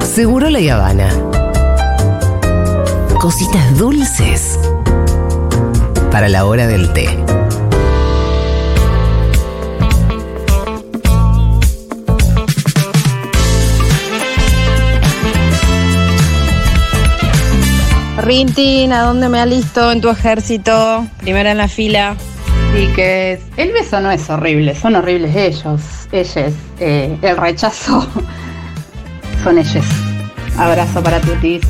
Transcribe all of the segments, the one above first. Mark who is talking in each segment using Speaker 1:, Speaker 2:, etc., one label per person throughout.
Speaker 1: Seguro la Habana. Cositas dulces para la hora del té.
Speaker 2: Rintin, ¿a dónde me alisto en tu ejército? Primera en la fila.
Speaker 3: Y que el beso no es horrible, son horribles ellos, ellas. eh, el rechazo son ellas. Abrazo para tutis.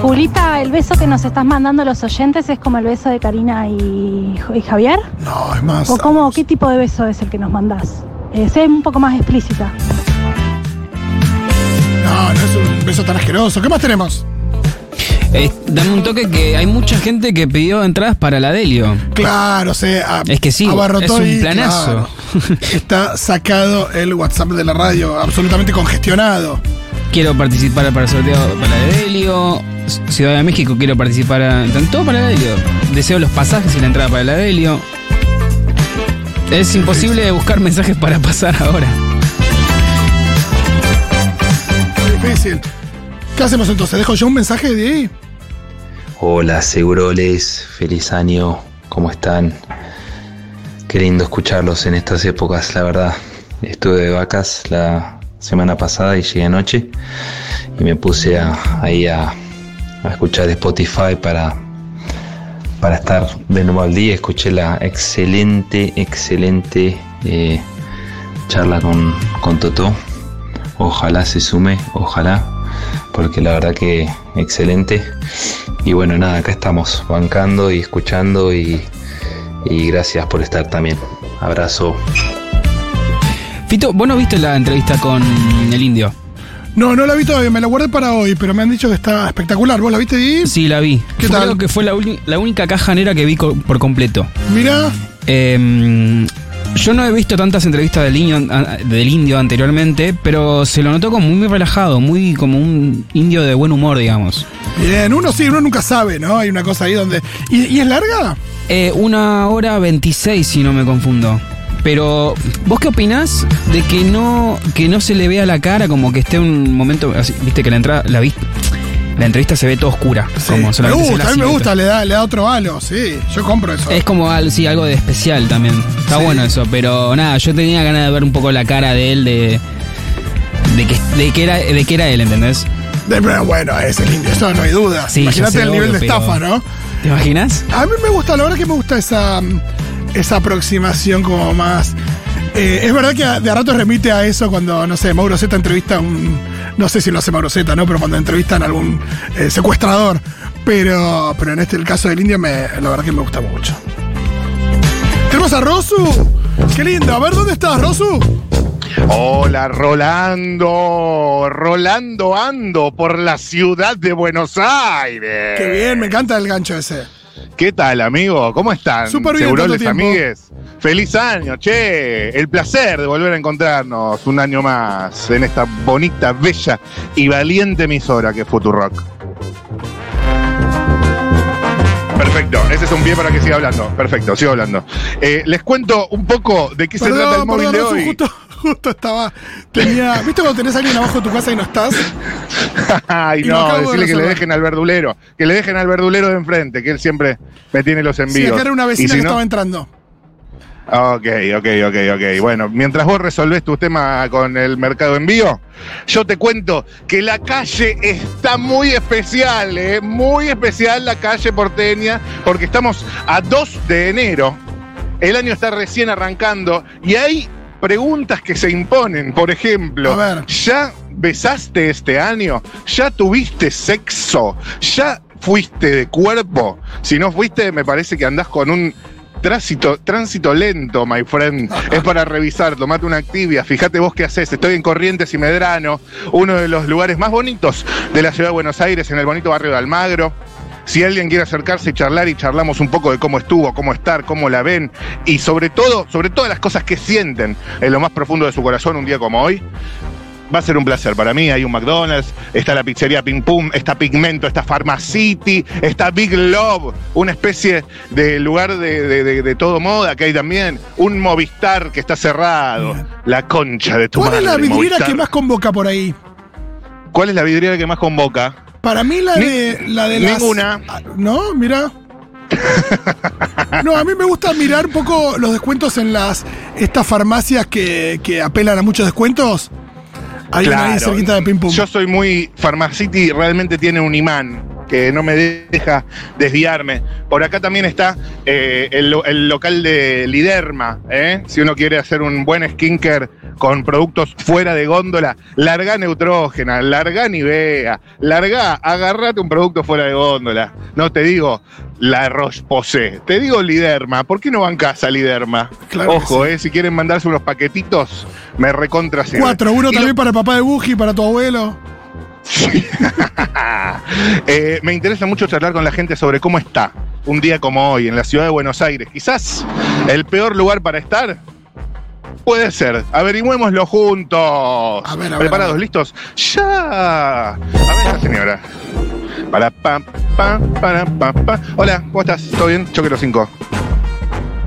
Speaker 4: Julita, el beso que nos estás mandando los oyentes es como el beso de Karina y, y Javier.
Speaker 5: No, es más.
Speaker 4: ¿O cómo, qué tipo de beso es el que nos mandás? Eh, sé un poco más explícita.
Speaker 5: No, no es un beso tan asqueroso. ¿Qué más tenemos?
Speaker 6: Eh, dame un toque que hay mucha gente que pidió entradas para la Delio.
Speaker 5: Claro, o sea, a-
Speaker 6: Es que sí,
Speaker 5: abarrotó
Speaker 6: es un
Speaker 5: y,
Speaker 6: planazo.
Speaker 5: claro, está sacado el WhatsApp de la radio, absolutamente congestionado.
Speaker 6: Quiero participar para el sorteo para la Delio. Ciudad de México quiero participar a- en todo para la Delio. Deseo los pasajes y la entrada para la Delio. Es imposible buscar mensajes para pasar ahora.
Speaker 5: Difícil. ¿Qué hacemos entonces? ¿Dejo yo un mensaje de ahí?
Speaker 7: Hola, Seguroles, feliz año, ¿cómo están? Qué lindo escucharlos en estas épocas, la verdad. Estuve de vacas la semana pasada y llegué anoche y me puse a- ahí a, a escuchar Spotify para, para estar de nuevo al día. Escuché la excelente, excelente eh, charla con, con Totó. Ojalá se sume, ojalá, porque la verdad que excelente. Y bueno, nada, acá estamos, bancando y escuchando y, y gracias por estar también. Abrazo.
Speaker 6: Fito, vos no viste la entrevista con el indio.
Speaker 5: No, no la vi todavía, me la guardé para hoy, pero me han dicho que está espectacular. ¿Vos la viste de ahí?
Speaker 6: Sí, la vi.
Speaker 5: ¿Qué
Speaker 6: Creo
Speaker 5: tal?
Speaker 6: que fue la, uni- la única caja negra que vi co- por completo.
Speaker 5: Mirá,
Speaker 6: Eh, yo no he visto tantas entrevistas del indio, an- del indio anteriormente, pero se lo notó como muy relajado, muy como un indio de buen humor, digamos.
Speaker 5: bien, uno sí, uno nunca sabe, ¿no? Hay una cosa ahí donde. ¿Y, y es larga?
Speaker 6: Eh, una hora 26, si no me confundo. Pero, ¿vos qué opinás de que no, que no se le vea la cara como que esté un momento. así, Viste que la entrada, la vis- La entrevista se ve toda oscura. como
Speaker 5: me
Speaker 6: solamente se ve
Speaker 5: gusta,
Speaker 6: la
Speaker 5: a mí me
Speaker 6: silueta.
Speaker 5: gusta, le da, le da otro halo, sí, yo compro eso.
Speaker 6: Es como al- sí, algo de especial también. Está
Speaker 5: Sí.
Speaker 6: bueno eso, pero nada, yo tenía ganas de ver un poco la cara de él, de, de, que, de, que, era, de que era él, ¿entendés?
Speaker 5: De- pero bueno, es el indio, eso no hay duda.
Speaker 6: Sí,
Speaker 5: Imagínate
Speaker 6: ya sé,
Speaker 5: el
Speaker 6: obvio,
Speaker 5: nivel de
Speaker 6: pero-
Speaker 5: estafa, ¿no?
Speaker 6: ¿Te imaginas?
Speaker 5: A mí me gusta, la verdad que me gusta esa, mm, esa aproximación como más. eh, es verdad que a- de a rato remite a eso cuando, no sé, Mauro Zeta entrevista a un. No sé si lo hace Mauro Zeta, ¿no? Pero cuando entrevistan a algún eh, secuestrador. Pero, pero en este el caso del indio, me, la verdad que me gusta mucho. Tenemos a Rosu. Qué lindo. A ver, ¿dónde estás, Rosu?
Speaker 8: Hola Rolando, Rolando ando por la ciudad de Buenos Aires.
Speaker 5: Qué bien, me encanta el gancho ese.
Speaker 8: ¿Qué tal, amigo? ¿Cómo están?
Speaker 5: Súper bien,
Speaker 8: Seguro
Speaker 5: tanto
Speaker 8: les
Speaker 5: tiempo.
Speaker 8: amigues. Feliz año, che. El placer de volver a encontrarnos un año más en esta bonita, bella y valiente emisora que es Futurock. Perfecto, ese es un pie para que siga hablando. Perfecto, sigo hablando. Eh, les cuento un poco de qué se trata el
Speaker 5: Perdón,
Speaker 8: móvil
Speaker 5: perdón,
Speaker 8: de
Speaker 5: Rosu,
Speaker 8: hoy.
Speaker 5: justo, justo estaba. Tenía. ¿Viste cuando tenés a alguien abajo de tu casa y no estás?
Speaker 8: Ay,
Speaker 5: Y lo acabo
Speaker 8: no, decirle que
Speaker 5: de
Speaker 8: le
Speaker 5: resolver.
Speaker 8: dejen al verdulero, que le dejen al verdulero de enfrente, que él siempre me tiene los envíos.
Speaker 5: Sí, acá era una
Speaker 8: Y
Speaker 5: vecina
Speaker 8: si
Speaker 5: que
Speaker 8: no-
Speaker 5: estaba entrando.
Speaker 8: Ok, ok, ok, ok. Bueno, mientras vos resolvés tu tema con el mercado de envío, yo te cuento que la calle está muy especial, ¿eh? muy especial la calle porteña, porque estamos a 2 de enero, el año está recién arrancando y hay preguntas que se imponen, por ejemplo,
Speaker 5: A ver.
Speaker 8: ¿ya besaste este año? ¿Ya tuviste sexo? ¿Ya fuiste de cuerpo? Si no fuiste, me parece que andás con un Tránsito, tránsito lento, my friend. Es para revisar, tomate una activia, fíjate vos qué haces. Estoy en Corrientes y Medrano, uno de los lugares más bonitos de la ciudad de Buenos Aires, en el bonito barrio de Almagro. Si alguien quiere acercarse y charlar y charlamos un poco de cómo estuvo, cómo estar, cómo la ven y sobre todo, sobre todas las cosas que sienten en lo más profundo de su corazón un día como hoy, Va a ser un placer para mí. Hay un McDonald's, está la pizzería Pim Pum, está Pigmento, está Pharmacity, está Big Love, una especie de lugar de, de- de- de todo moda que hay también. Un Movistar que está cerrado. La concha de tu
Speaker 5: ¿Cuál
Speaker 8: madre.
Speaker 5: es la vidriera
Speaker 8: Movistar.
Speaker 5: que más convoca por ahí?
Speaker 8: ¿Cuál es la vidriera que más convoca?
Speaker 5: Para mí la
Speaker 8: Ni-
Speaker 5: de la de las-
Speaker 8: ninguna.
Speaker 5: Ah, No, mira. No, a mí me gusta mirar un poco los descuentos en las estas farmacias que, que apelan a muchos descuentos. Hay una ahí
Speaker 8: Claro.
Speaker 5: cerquita de Pim Pum.
Speaker 8: Yo soy muy. Pharmacity realmente tiene un imán que no me deja desviarme. Por acá también está eh, el, lo- el local de Liderma. ¿eh? Si uno quiere hacer un buen skinker con productos fuera de góndola, larga neutrógena, larga Nivea, larga, agarrate un producto fuera de góndola. No te digo la Roche-Posay, te digo Liderma. ¿Por qué no van casa Liderma?
Speaker 5: Claro que
Speaker 8: Ojo, eh, si quieren mandarse unos paquetitos, me recontra sirve.
Speaker 5: Cuatro, uno
Speaker 8: Y lo-
Speaker 5: también para el papá de Buji, para tu abuelo.
Speaker 8: Eh, me interesa mucho charlar con la gente sobre cómo está un día como hoy en la ciudad de Buenos Aires. Quizás el peor lugar para estar. Puede ser. Averigüémoslo juntos.
Speaker 5: A ver, a ver,
Speaker 8: ¿Preparados?
Speaker 5: a ver.
Speaker 8: ¿Listos? ¡Ya! A ver, la señora. Para, pa, pa, para, pa, pa. Hola, ¿cómo estás? ¿Todo bien? Choque los cinco.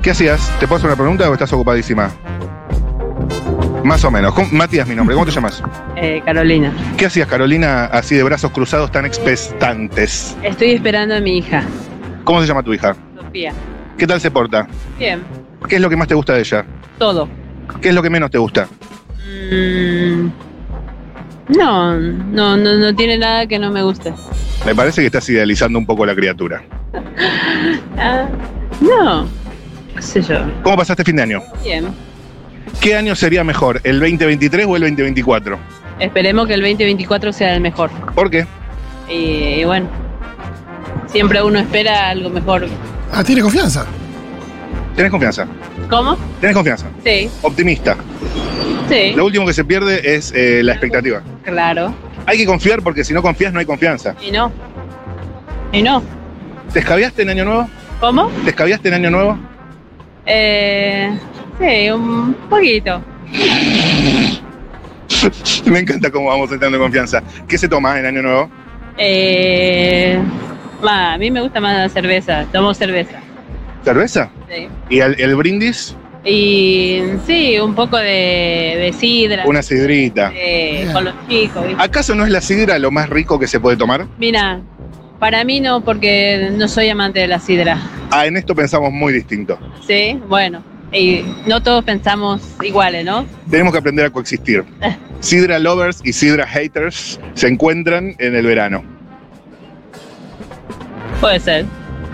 Speaker 8: ¿Qué hacías? ¿Te puedo hacer una pregunta o estás ocupadísima? Más o menos. ¿Cómo- Matías, mi nombre. ¿Cómo te llamas?
Speaker 9: Eh, Carolina,
Speaker 8: ¿Qué hacías, Carolina, así de brazos cruzados tan expectantes?
Speaker 9: estoy esperando a mi hija,
Speaker 8: ¿Cómo se llama tu hija?
Speaker 9: Sofía.
Speaker 8: ¿Qué tal se porta?
Speaker 9: Bien,
Speaker 8: ¿Qué es lo que más te gusta de ella?
Speaker 9: todo.
Speaker 8: ¿Qué es lo que menos te gusta?
Speaker 9: Mm, no, no, no, no tiene nada que no me guste.
Speaker 8: Me parece que estás idealizando un poco a la criatura.
Speaker 9: Ah, no, qué sé yo.
Speaker 8: ¿Cómo pasaste fin de año?
Speaker 9: Bien,
Speaker 8: ¿Qué año sería mejor, el 2023 o el 2024?
Speaker 9: esperemos que el 2024 sea el mejor.
Speaker 8: ¿Por qué?
Speaker 9: Y, y bueno, siempre uno espera algo mejor.
Speaker 5: Ah, tiene confianza.
Speaker 8: Tenés confianza.
Speaker 9: ¿Cómo?
Speaker 8: Tenés confianza.
Speaker 9: Sí,
Speaker 8: Optimista.
Speaker 9: sí,
Speaker 8: Lo último que se pierde es eh, la expectativa.
Speaker 9: claro.
Speaker 8: Hay que confiar porque si no confías no hay confianza.
Speaker 9: Y no, y no.
Speaker 8: ¿Te escabiaste en año nuevo?
Speaker 9: ¿Cómo?
Speaker 8: ¿Te escabiaste en año nuevo?
Speaker 9: Eh, sí, un poquito.
Speaker 8: Me encanta cómo vamos entrando en confianza. ¿Qué se toma en año nuevo?
Speaker 9: Eh, ma, a mí me gusta más la cerveza, tomo cerveza.
Speaker 8: ¿Cerveza?
Speaker 9: sí.
Speaker 8: ¿Y el, el brindis?
Speaker 9: Y sí, un poco de, de sidra
Speaker 8: Una sidrita.
Speaker 9: eh,
Speaker 5: Mira.
Speaker 9: con los chicos. ¿viste?
Speaker 8: ¿Acaso no es la sidra lo más rico que se puede tomar?
Speaker 9: Mira, para mí no, porque no soy amante de la sidra.
Speaker 8: Ah, en esto pensamos muy distinto.
Speaker 9: Sí, bueno, y no todos pensamos iguales, ¿no?
Speaker 8: Tenemos que aprender a coexistir. Sidra lovers y sidra haters se encuentran en el verano.
Speaker 9: Puede ser.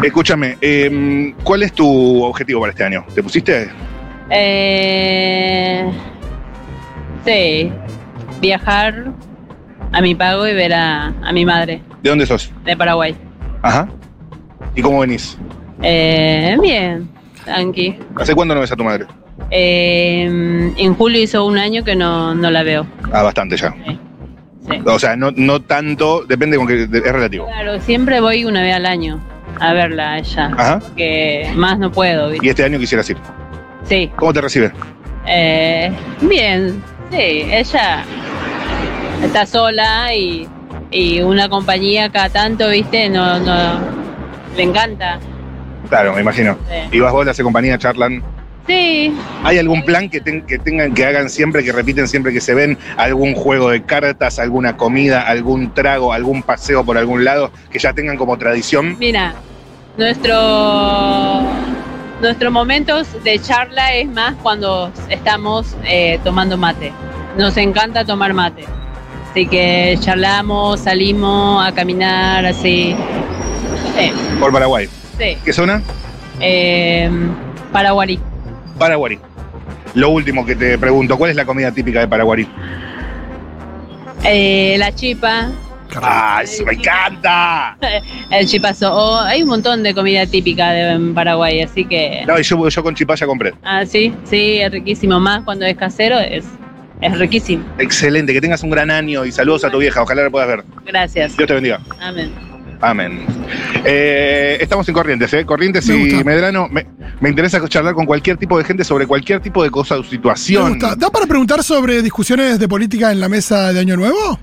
Speaker 8: Escúchame, em, ¿cuál es tu objetivo para este año? ¿Te pusiste?
Speaker 9: Eh, sí, viajar a mi pago y ver a, a mi madre
Speaker 8: ¿De dónde sos?
Speaker 9: de Paraguay.
Speaker 8: Ajá. ¿Y cómo venís?
Speaker 9: Eh, bien, tranqui.
Speaker 8: ¿Hace cuándo no ves a tu madre?
Speaker 9: Eh, en julio hizo un año que no, no la veo.
Speaker 8: Ah, bastante ya.
Speaker 9: Sí.
Speaker 8: O sea, no, no tanto, depende con que de- es relativo.
Speaker 9: Claro, siempre voy una vez al año a verla a ella.
Speaker 8: Ajá.
Speaker 9: Porque más no puedo,
Speaker 8: Y
Speaker 9: ¿viste?
Speaker 8: este año quisieras ir.
Speaker 9: Sí.
Speaker 8: ¿Cómo te recibe?
Speaker 9: Eh, bien, sí, ella está sola y, y una compañía cada tanto, ¿viste? No, no. Le encanta.
Speaker 8: Claro, me imagino.
Speaker 9: Sí.
Speaker 8: Y vas vos, la hace compañía, charlan.
Speaker 9: Sí,
Speaker 8: ¿Hay algún plan que, ten- que tengan, que hagan siempre, que repiten siempre que se ven? ¿Algún juego de cartas, alguna comida, algún trago, algún paseo por algún lado que ya tengan como tradición?
Speaker 9: Mira, nuestro nuestros momentos de charla es más cuando estamos eh, tomando mate. Nos encanta tomar mate. Así que charlamos, salimos a caminar, así. Sí,
Speaker 8: Por Paraguay.
Speaker 9: sí.
Speaker 8: ¿Qué zona?
Speaker 9: Eh, Paraguarí.
Speaker 8: Paraguarí. Lo último que te pregunto, ¿cuál es la comida típica de Paraguarí?
Speaker 9: Eh, la chipa,
Speaker 8: ¡Ah, eso me encanta!
Speaker 9: el chipazo. Oh, hay un montón de comida típica de en Paraguay, así que.
Speaker 8: No, y yo, yo con chipá ya compré.
Speaker 9: Ah, sí, sí, es riquísimo. Más cuando es casero, es, es riquísimo.
Speaker 8: Excelente, que tengas un gran año y saludos a tu vieja, ojalá la puedas ver.
Speaker 9: Gracias.
Speaker 8: Dios te bendiga.
Speaker 9: Amén.
Speaker 8: Amén. Eh, estamos en Corrientes, ¿eh? Corrientes
Speaker 5: Me gusta.
Speaker 8: y Medrano. Me, me interesa charlar con cualquier tipo de gente sobre cualquier tipo de cosa o
Speaker 5: Me
Speaker 8: situación.
Speaker 5: gusta. ¿Da para preguntar sobre discusiones de política en la mesa de Año Nuevo?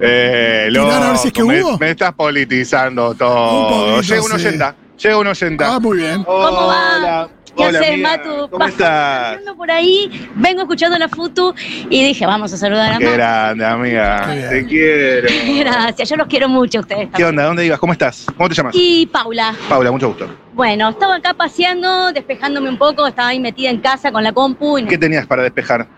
Speaker 8: Eh,
Speaker 5: Tirar a ver
Speaker 8: loco,
Speaker 5: si es que
Speaker 8: me,
Speaker 5: hubo.
Speaker 8: me estás politizando todo.
Speaker 5: Un poquito,
Speaker 8: llega un
Speaker 5: sí.
Speaker 8: oyenta, llega un oyenta.
Speaker 5: Ah, muy bien.
Speaker 10: ¿Cómo va?
Speaker 8: Hola.
Speaker 10: ¿Qué
Speaker 8: Hola,
Speaker 10: haces,
Speaker 8: amiga.
Speaker 10: Matu?
Speaker 8: ¿Cómo estás?
Speaker 10: Pasando por ahí, vengo escuchando la futu y dije, vamos a saludar a
Speaker 8: Qué
Speaker 10: Matu.
Speaker 8: grande, amiga.
Speaker 5: Qué bien.
Speaker 8: Te quiero.
Speaker 10: Gracias, yo los quiero mucho a ustedes.
Speaker 8: ¿Qué
Speaker 10: también.
Speaker 8: onda? ¿Dónde ibas? ¿Cómo estás? ¿Cómo te llamas?
Speaker 10: Y Paula,
Speaker 8: Paula, mucho gusto.
Speaker 10: bueno, estaba acá paseando, despejándome un poco, estaba ahí metida en casa con la compu. Y,
Speaker 8: ¿Qué tenías para despejar?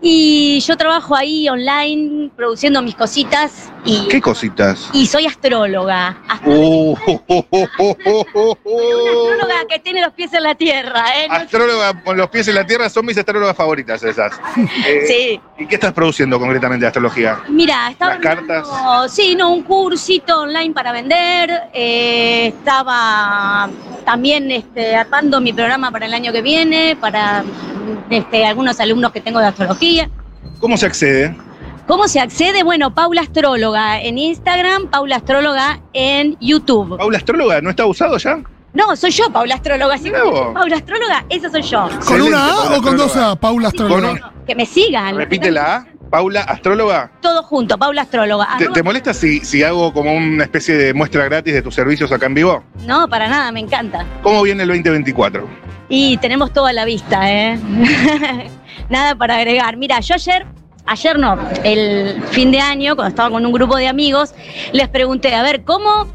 Speaker 10: y yo trabajo ahí online, produciendo mis cositas y,
Speaker 8: ¿Qué cositas?
Speaker 10: y soy astróloga. Astro-
Speaker 8: Uh, uh, uh, uh, uh, uh, uh.
Speaker 10: astróloga que tiene los pies en la tierra, ¿eh? No-
Speaker 8: Astróloga con los pies en la tierra son mis astrólogas favoritas esas. Eh,
Speaker 10: sí.
Speaker 8: ¿Y qué estás produciendo concretamente de astrología?
Speaker 10: Mira, estaba
Speaker 8: Las cartas.
Speaker 10: armando- sí, no, un cursito online para vender. eh, estaba también este, armando mi programa para el año que viene, para este, algunos alumnos que tengo de astrología.
Speaker 8: ¿Cómo se accede?
Speaker 10: ¿Cómo se accede? Bueno, Paula Astróloga en Instagram, Paula Astróloga en YouTube.
Speaker 8: ¿Paula Astróloga no está usado ya?
Speaker 10: No, soy yo, Paula Astróloga. Si
Speaker 8: Mirá
Speaker 10: me
Speaker 8: vos.
Speaker 10: dicen Paula Astróloga, esa soy yo.
Speaker 5: ¿Con
Speaker 8: Excelente,
Speaker 5: una
Speaker 8: Paula
Speaker 5: A o con dos
Speaker 8: Astróloga.
Speaker 5: A? Paula Astróloga.
Speaker 8: Con un-
Speaker 10: Que me sigan.
Speaker 8: Repite la A. ¿ah? Paula Astróloga.
Speaker 10: Todo junto, Paula Astróloga.
Speaker 8: ¿Te,
Speaker 10: Arroba-
Speaker 8: te molesta si, si hago como una especie de muestra gratis de tus servicios acá en vivo?
Speaker 10: No, para nada, me encanta.
Speaker 8: ¿Cómo viene el 2024?
Speaker 10: Y tenemos todo a la vista, ¿eh? Nada para agregar. Mira, yo ayer, ayer no, el fin de año, cuando estaba con un grupo de amigos, les pregunté, a ver, ¿cómo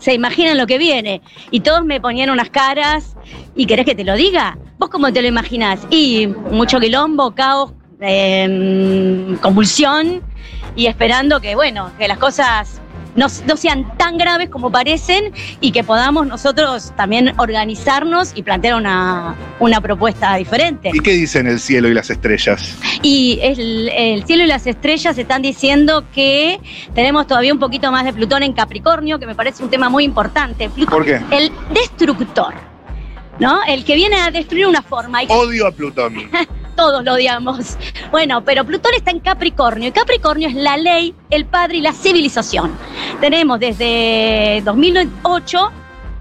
Speaker 10: se imaginan lo que viene? Y todos me ponían unas caras, ¿y querés que te lo diga? ¿Vos cómo te lo imaginás? Y mucho quilombo, caos, eh, convulsión, y esperando que, bueno, que las cosas... No, no sean tan graves como parecen y que podamos nosotros también organizarnos y plantear una, una propuesta diferente.
Speaker 8: ¿Y qué dicen el cielo y las estrellas?
Speaker 10: Y el, el cielo y las estrellas están diciendo que tenemos todavía un poquito más de Plutón en Capricornio, que me parece un tema muy importante. Plutón,
Speaker 8: ¿Por qué?
Speaker 10: el destructor, ¿no? El que viene a destruir una forma y
Speaker 8: Odio a Plutón.
Speaker 10: todos lo odiamos. Bueno, pero Plutón está en Capricornio y Capricornio es la ley, el padre y la civilización. Tenemos desde 2008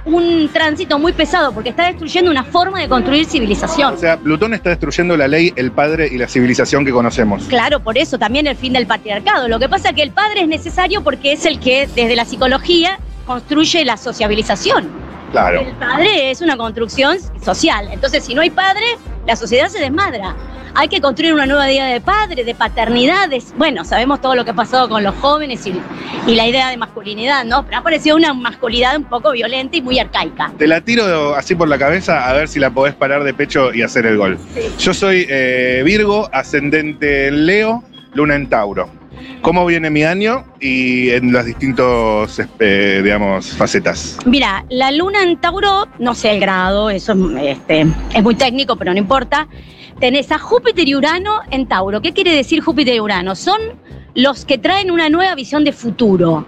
Speaker 10: un tránsito muy pesado porque está destruyendo una forma de construir civilización.
Speaker 8: O sea, Plutón está destruyendo la ley, el padre y la civilización que conocemos.
Speaker 10: Claro, por eso también el fin del patriarcado. Lo que pasa es que el padre es necesario porque es el que desde la psicología construye la sociabilización.
Speaker 8: Claro.
Speaker 10: El padre es una construcción social. Entonces, si no hay padre, la sociedad se desmadra. Hay que construir una nueva idea de padre, de paternidades. Bueno, sabemos todo lo que ha pasado con los jóvenes y, y la idea de masculinidad, ¿no? Pero ha parecido una masculinidad un poco violenta y muy arcaica.
Speaker 8: Te la tiro así por la cabeza a ver si la podés parar de pecho y hacer el gol. Yo soy eh, Virgo, ascendente en Leo, luna en Tauro. ¿Cómo viene mi año? Y en las distintas, eh, digamos, facetas.
Speaker 10: Mira, la luna en Tauro, no sé el grado, eso es, este, es muy técnico, pero no importa. Tenés a Júpiter y Urano en Tauro. ¿Qué quiere decir Júpiter y Urano? Son los que traen una nueva visión de futuro.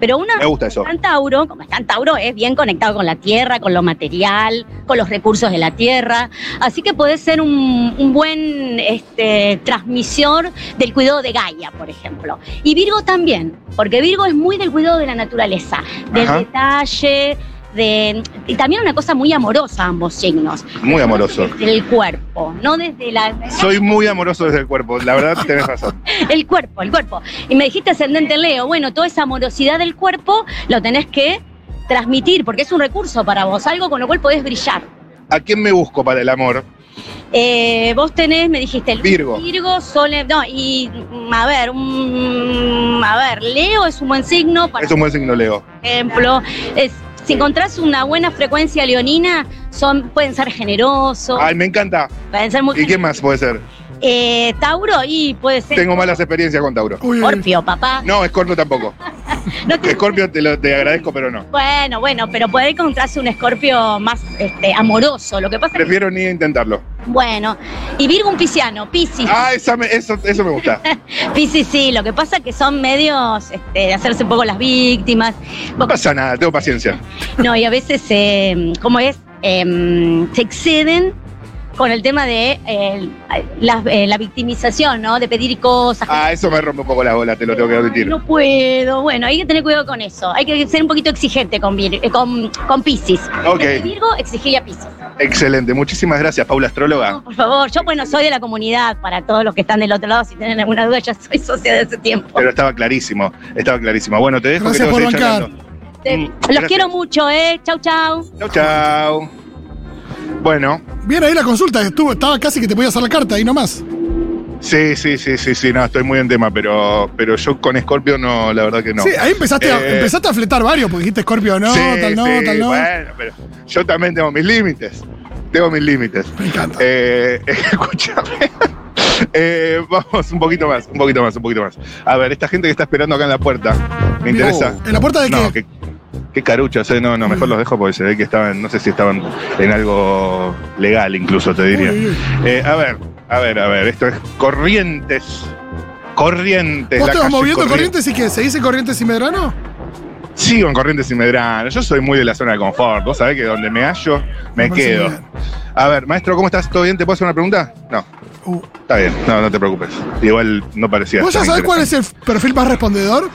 Speaker 10: Pero una
Speaker 8: Me gusta eso.
Speaker 10: en Tauro, como está en Tauro, es bien conectado con la tierra, con lo material, con los recursos de la tierra. Así que podés ser un, un buen este, transmisor del cuidado de Gaia, por ejemplo. Y Virgo también, porque Virgo es muy del cuidado de la naturaleza, del
Speaker 8: Ajá.
Speaker 10: detalle, de, y también una cosa muy amorosa ambos signos.
Speaker 8: Muy amoroso.
Speaker 10: Desde el cuerpo, no desde la...
Speaker 8: Soy muy amoroso desde el cuerpo, la verdad tenés razón.
Speaker 10: El cuerpo, el cuerpo. Y me dijiste ascendente Leo. Bueno, toda esa amorosidad del cuerpo lo tenés que transmitir porque es un recurso para vos, algo con lo cual podés brillar.
Speaker 8: ¿A quién me busco para el amor?
Speaker 10: Eh, vos tenés, me dijiste, el
Speaker 8: Virgo.
Speaker 10: Virgo, Sol, no, y mm, a ver, mm, a ver, Leo es un buen signo, para
Speaker 8: Es un buen signo Leo.
Speaker 10: ejemplo, es- si encontrás una buena frecuencia leonina, son, pueden ser generosos,
Speaker 8: Ay, me encanta.
Speaker 10: pueden ser muy...
Speaker 8: ¿Y quién más puede ser?
Speaker 10: Eh, Tauro, y puede ser...
Speaker 8: Tengo malas experiencias con Tauro.
Speaker 5: Uy, uy, uy.
Speaker 10: Scorpio, papá.
Speaker 8: No, Escorpio tampoco.
Speaker 10: No te-
Speaker 8: Escorpio te, lo- te agradezco, pero no.
Speaker 10: Bueno, bueno, pero poder encontrarse un escorpio más este, amoroso. Lo que pasa es que,
Speaker 8: Prefiero ni intentarlo.
Speaker 10: bueno, y Virgo un pisciano, Piscis.
Speaker 8: Ah, esa me- eso, eso me gusta.
Speaker 10: Piscis sí, lo que pasa es que son medios este, de hacerse un poco las víctimas.
Speaker 8: No pasa nada, tengo paciencia.
Speaker 10: em, No, y a veces, eh, ¿cómo es? Eh, se Em, exceden con el tema de eh, la, eh, la victimización, ¿no? De pedir cosas.
Speaker 8: Ah, eso me rompe un poco la bola, te lo tengo que
Speaker 10: Ay,
Speaker 8: admitir.
Speaker 10: no puedo. Bueno, hay que tener cuidado con eso. Hay que ser un poquito exigente con, Vir- eh, con, con Piscis.
Speaker 8: Ok.
Speaker 10: Desde Virgo, exigirle a Piscis.
Speaker 8: Excelente, muchísimas gracias,
Speaker 10: No,
Speaker 8: Paula Astróloga.
Speaker 10: por favor, yo bueno, soy de la comunidad, para todos los que están del otro lado, si tienen alguna duda, ya soy socia de ese tiempo.
Speaker 8: Pero estaba clarísimo, estaba clarísimo. Bueno, te dejo
Speaker 5: Gracias
Speaker 8: que tengo que
Speaker 5: por
Speaker 8: seguir
Speaker 5: bancar.
Speaker 8: charlando.
Speaker 10: Te-
Speaker 8: Mm,
Speaker 10: Los
Speaker 8: gracias.
Speaker 10: quiero mucho, ¿eh? Chau, chau.
Speaker 8: Chau, chau. Bueno,
Speaker 5: Bien ahí la consulta, estuvo, estaba casi que te podía hacer la carta, ahí nomás.
Speaker 8: sí, sí, sí, sí, sí, no, estoy muy en tema, pero, pero yo con Scorpio no, la verdad que no.
Speaker 5: Sí, ahí empezaste, a,
Speaker 8: Eh.
Speaker 5: empezaste a fletar varios, porque dijiste Scorpio no,
Speaker 8: Sí,
Speaker 5: tal no,
Speaker 8: sí,
Speaker 5: tal no.
Speaker 8: Bueno, pero yo también tengo mis límites. Tengo mis límites.
Speaker 5: Me encanta.
Speaker 8: Eh, escúchame. Eh, vamos, un poquito más, un poquito más, un poquito más. A ver, esta gente que está esperando acá en la puerta, me interesa.
Speaker 5: ¿En la puerta de
Speaker 8: No,
Speaker 5: qué?
Speaker 8: qué, qué caruchas, eh. no, no, mejor los dejo porque se ve que estaban, no sé si estaban en algo legal incluso, te diría.
Speaker 5: Uy, uy, uy.
Speaker 8: Eh, a ver, a ver, a ver, esto es Corrientes. Corrientes.
Speaker 5: ¿Vos
Speaker 8: la
Speaker 5: te vas
Speaker 8: calle
Speaker 5: moviendo corrientes y que se dice corrientes y medrano?
Speaker 8: Sigo en Corrientes y Medrano. Yo soy muy de la zona de confort. Vos sabés que donde me hallo, me
Speaker 5: parece
Speaker 8: quedo.
Speaker 5: bien.
Speaker 8: A ver, maestro, ¿cómo estás? ¿Todo bien? ¿Te puedo hacer una pregunta? No.
Speaker 5: Uh.
Speaker 8: Está bien, no, no te preocupes. Igual no parecía.
Speaker 5: ¿Vos ya
Speaker 8: tan
Speaker 5: sabés cuál es el perfil más respondedor?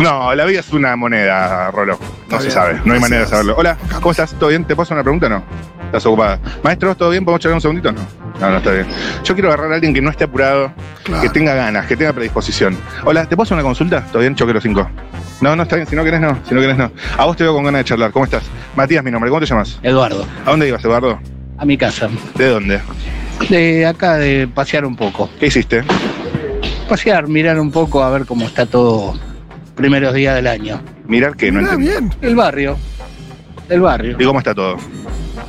Speaker 8: No, la vida es una moneda, Rolo. No
Speaker 5: Está
Speaker 8: se
Speaker 5: bien.
Speaker 8: sabe, no hay
Speaker 5: Gracias.
Speaker 8: manera de saberlo. Hola, ¿cómo estás? ¿Todo bien? ¿Te puedo hacer una pregunta o no? ¿Estás ocupada? Maestro, ¿todo bien? ¿Podemos charlar un segundito? No. No, no está bien. Yo quiero agarrar a alguien que no esté apurado,
Speaker 5: Claro.
Speaker 8: que tenga ganas, que tenga predisposición. Hola, ¿te puedo hacer una consulta? ¿Todo bien? Choquero 5. No, no está bien. Si no querés, no. Si no querés, no. A vos te veo con ganas de charlar. ¿Cómo estás? Matías, mi nombre. ¿Cómo te llamas?
Speaker 11: Eduardo,
Speaker 8: ¿A dónde ibas, Eduardo?
Speaker 11: a mi casa.
Speaker 8: ¿De dónde?
Speaker 11: De acá de pasear un poco.
Speaker 8: ¿Qué hiciste?
Speaker 11: Pasear, mirar un poco a ver cómo está todo primeros días del año.
Speaker 8: Mirar que no
Speaker 5: Mirá,
Speaker 8: entendí.
Speaker 5: Ah, bien.
Speaker 11: El barrio. El barrio.
Speaker 8: ¿Y cómo está todo?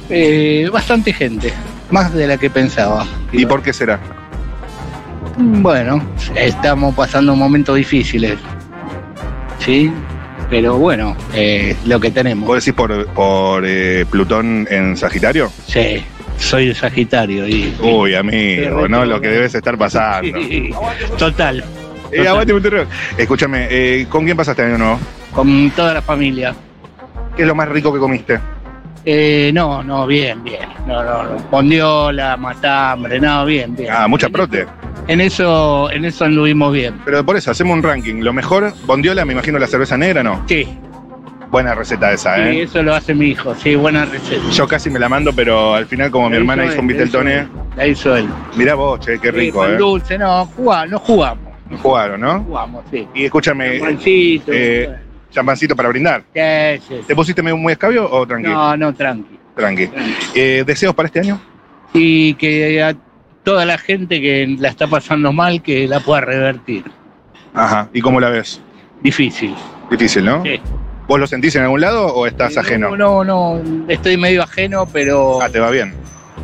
Speaker 11: Eh, bastante gente. Más de la que pensaba.
Speaker 8: ¿Y por qué será?
Speaker 11: Bueno, estamos pasando momentos difíciles. ¿Sí? Pero bueno, eh, lo que tenemos.
Speaker 8: ¿Vos decís por, por eh, Plutón en Sagitario?
Speaker 11: Sí, soy de Sagitario y.
Speaker 8: Uy, amigo, ¿no? Lo que debes estar pasando.
Speaker 11: Total,
Speaker 8: Eh, aguante, Monterrey. Escúchame, eh, ¿con quién pasaste año nuevo?
Speaker 11: con toda la familia.
Speaker 8: ¿Qué es lo más rico que comiste?
Speaker 11: Eh, no, no, bien, bien. No, no, no. Pondiola, matambre, no, bien, bien.
Speaker 8: Ah, mucha prote.
Speaker 11: En eso, en eso anduvimos bien.
Speaker 8: Pero por eso, hacemos un ranking. Lo mejor, bondiola, me imagino la cerveza negra, ¿no?
Speaker 11: Sí,
Speaker 8: Buena receta esa,
Speaker 11: sí,
Speaker 8: ¿eh?
Speaker 11: eso lo hace mi hijo, sí, buena receta.
Speaker 8: Yo casi me la mando, pero al final, como mi
Speaker 11: La
Speaker 8: hermana hizo un
Speaker 11: él, la
Speaker 8: Viteltoné,
Speaker 11: él, La hizo él.
Speaker 8: mirá vos, che, qué
Speaker 11: Sí,
Speaker 8: rico,
Speaker 11: pan
Speaker 8: ¿eh?
Speaker 11: dulce, no, jugá- no jugamos,
Speaker 8: Jugaron,
Speaker 11: no
Speaker 8: ¿no?
Speaker 11: jugamos, sí.
Speaker 8: Y escúchame,
Speaker 11: Pancito,
Speaker 8: eh, champancito para brindar.
Speaker 11: sí, sí, sí.
Speaker 8: ¿Te pusiste medio muy escabio o tranqui?
Speaker 11: No, no, tranqui.
Speaker 8: Tranqui. Eh, ¿Deseos para este año?
Speaker 11: Y que a toda la gente que la está pasando mal, que la pueda revertir.
Speaker 8: Ajá. ¿Y cómo la ves?
Speaker 11: Difícil.
Speaker 8: Difícil, ¿no?
Speaker 11: Sí.
Speaker 8: ¿Vos lo sentís en algún lado o estás
Speaker 11: Eh,
Speaker 8: ajeno?
Speaker 11: No, no, no, estoy medio ajeno, pero...
Speaker 8: Ah, te va bien.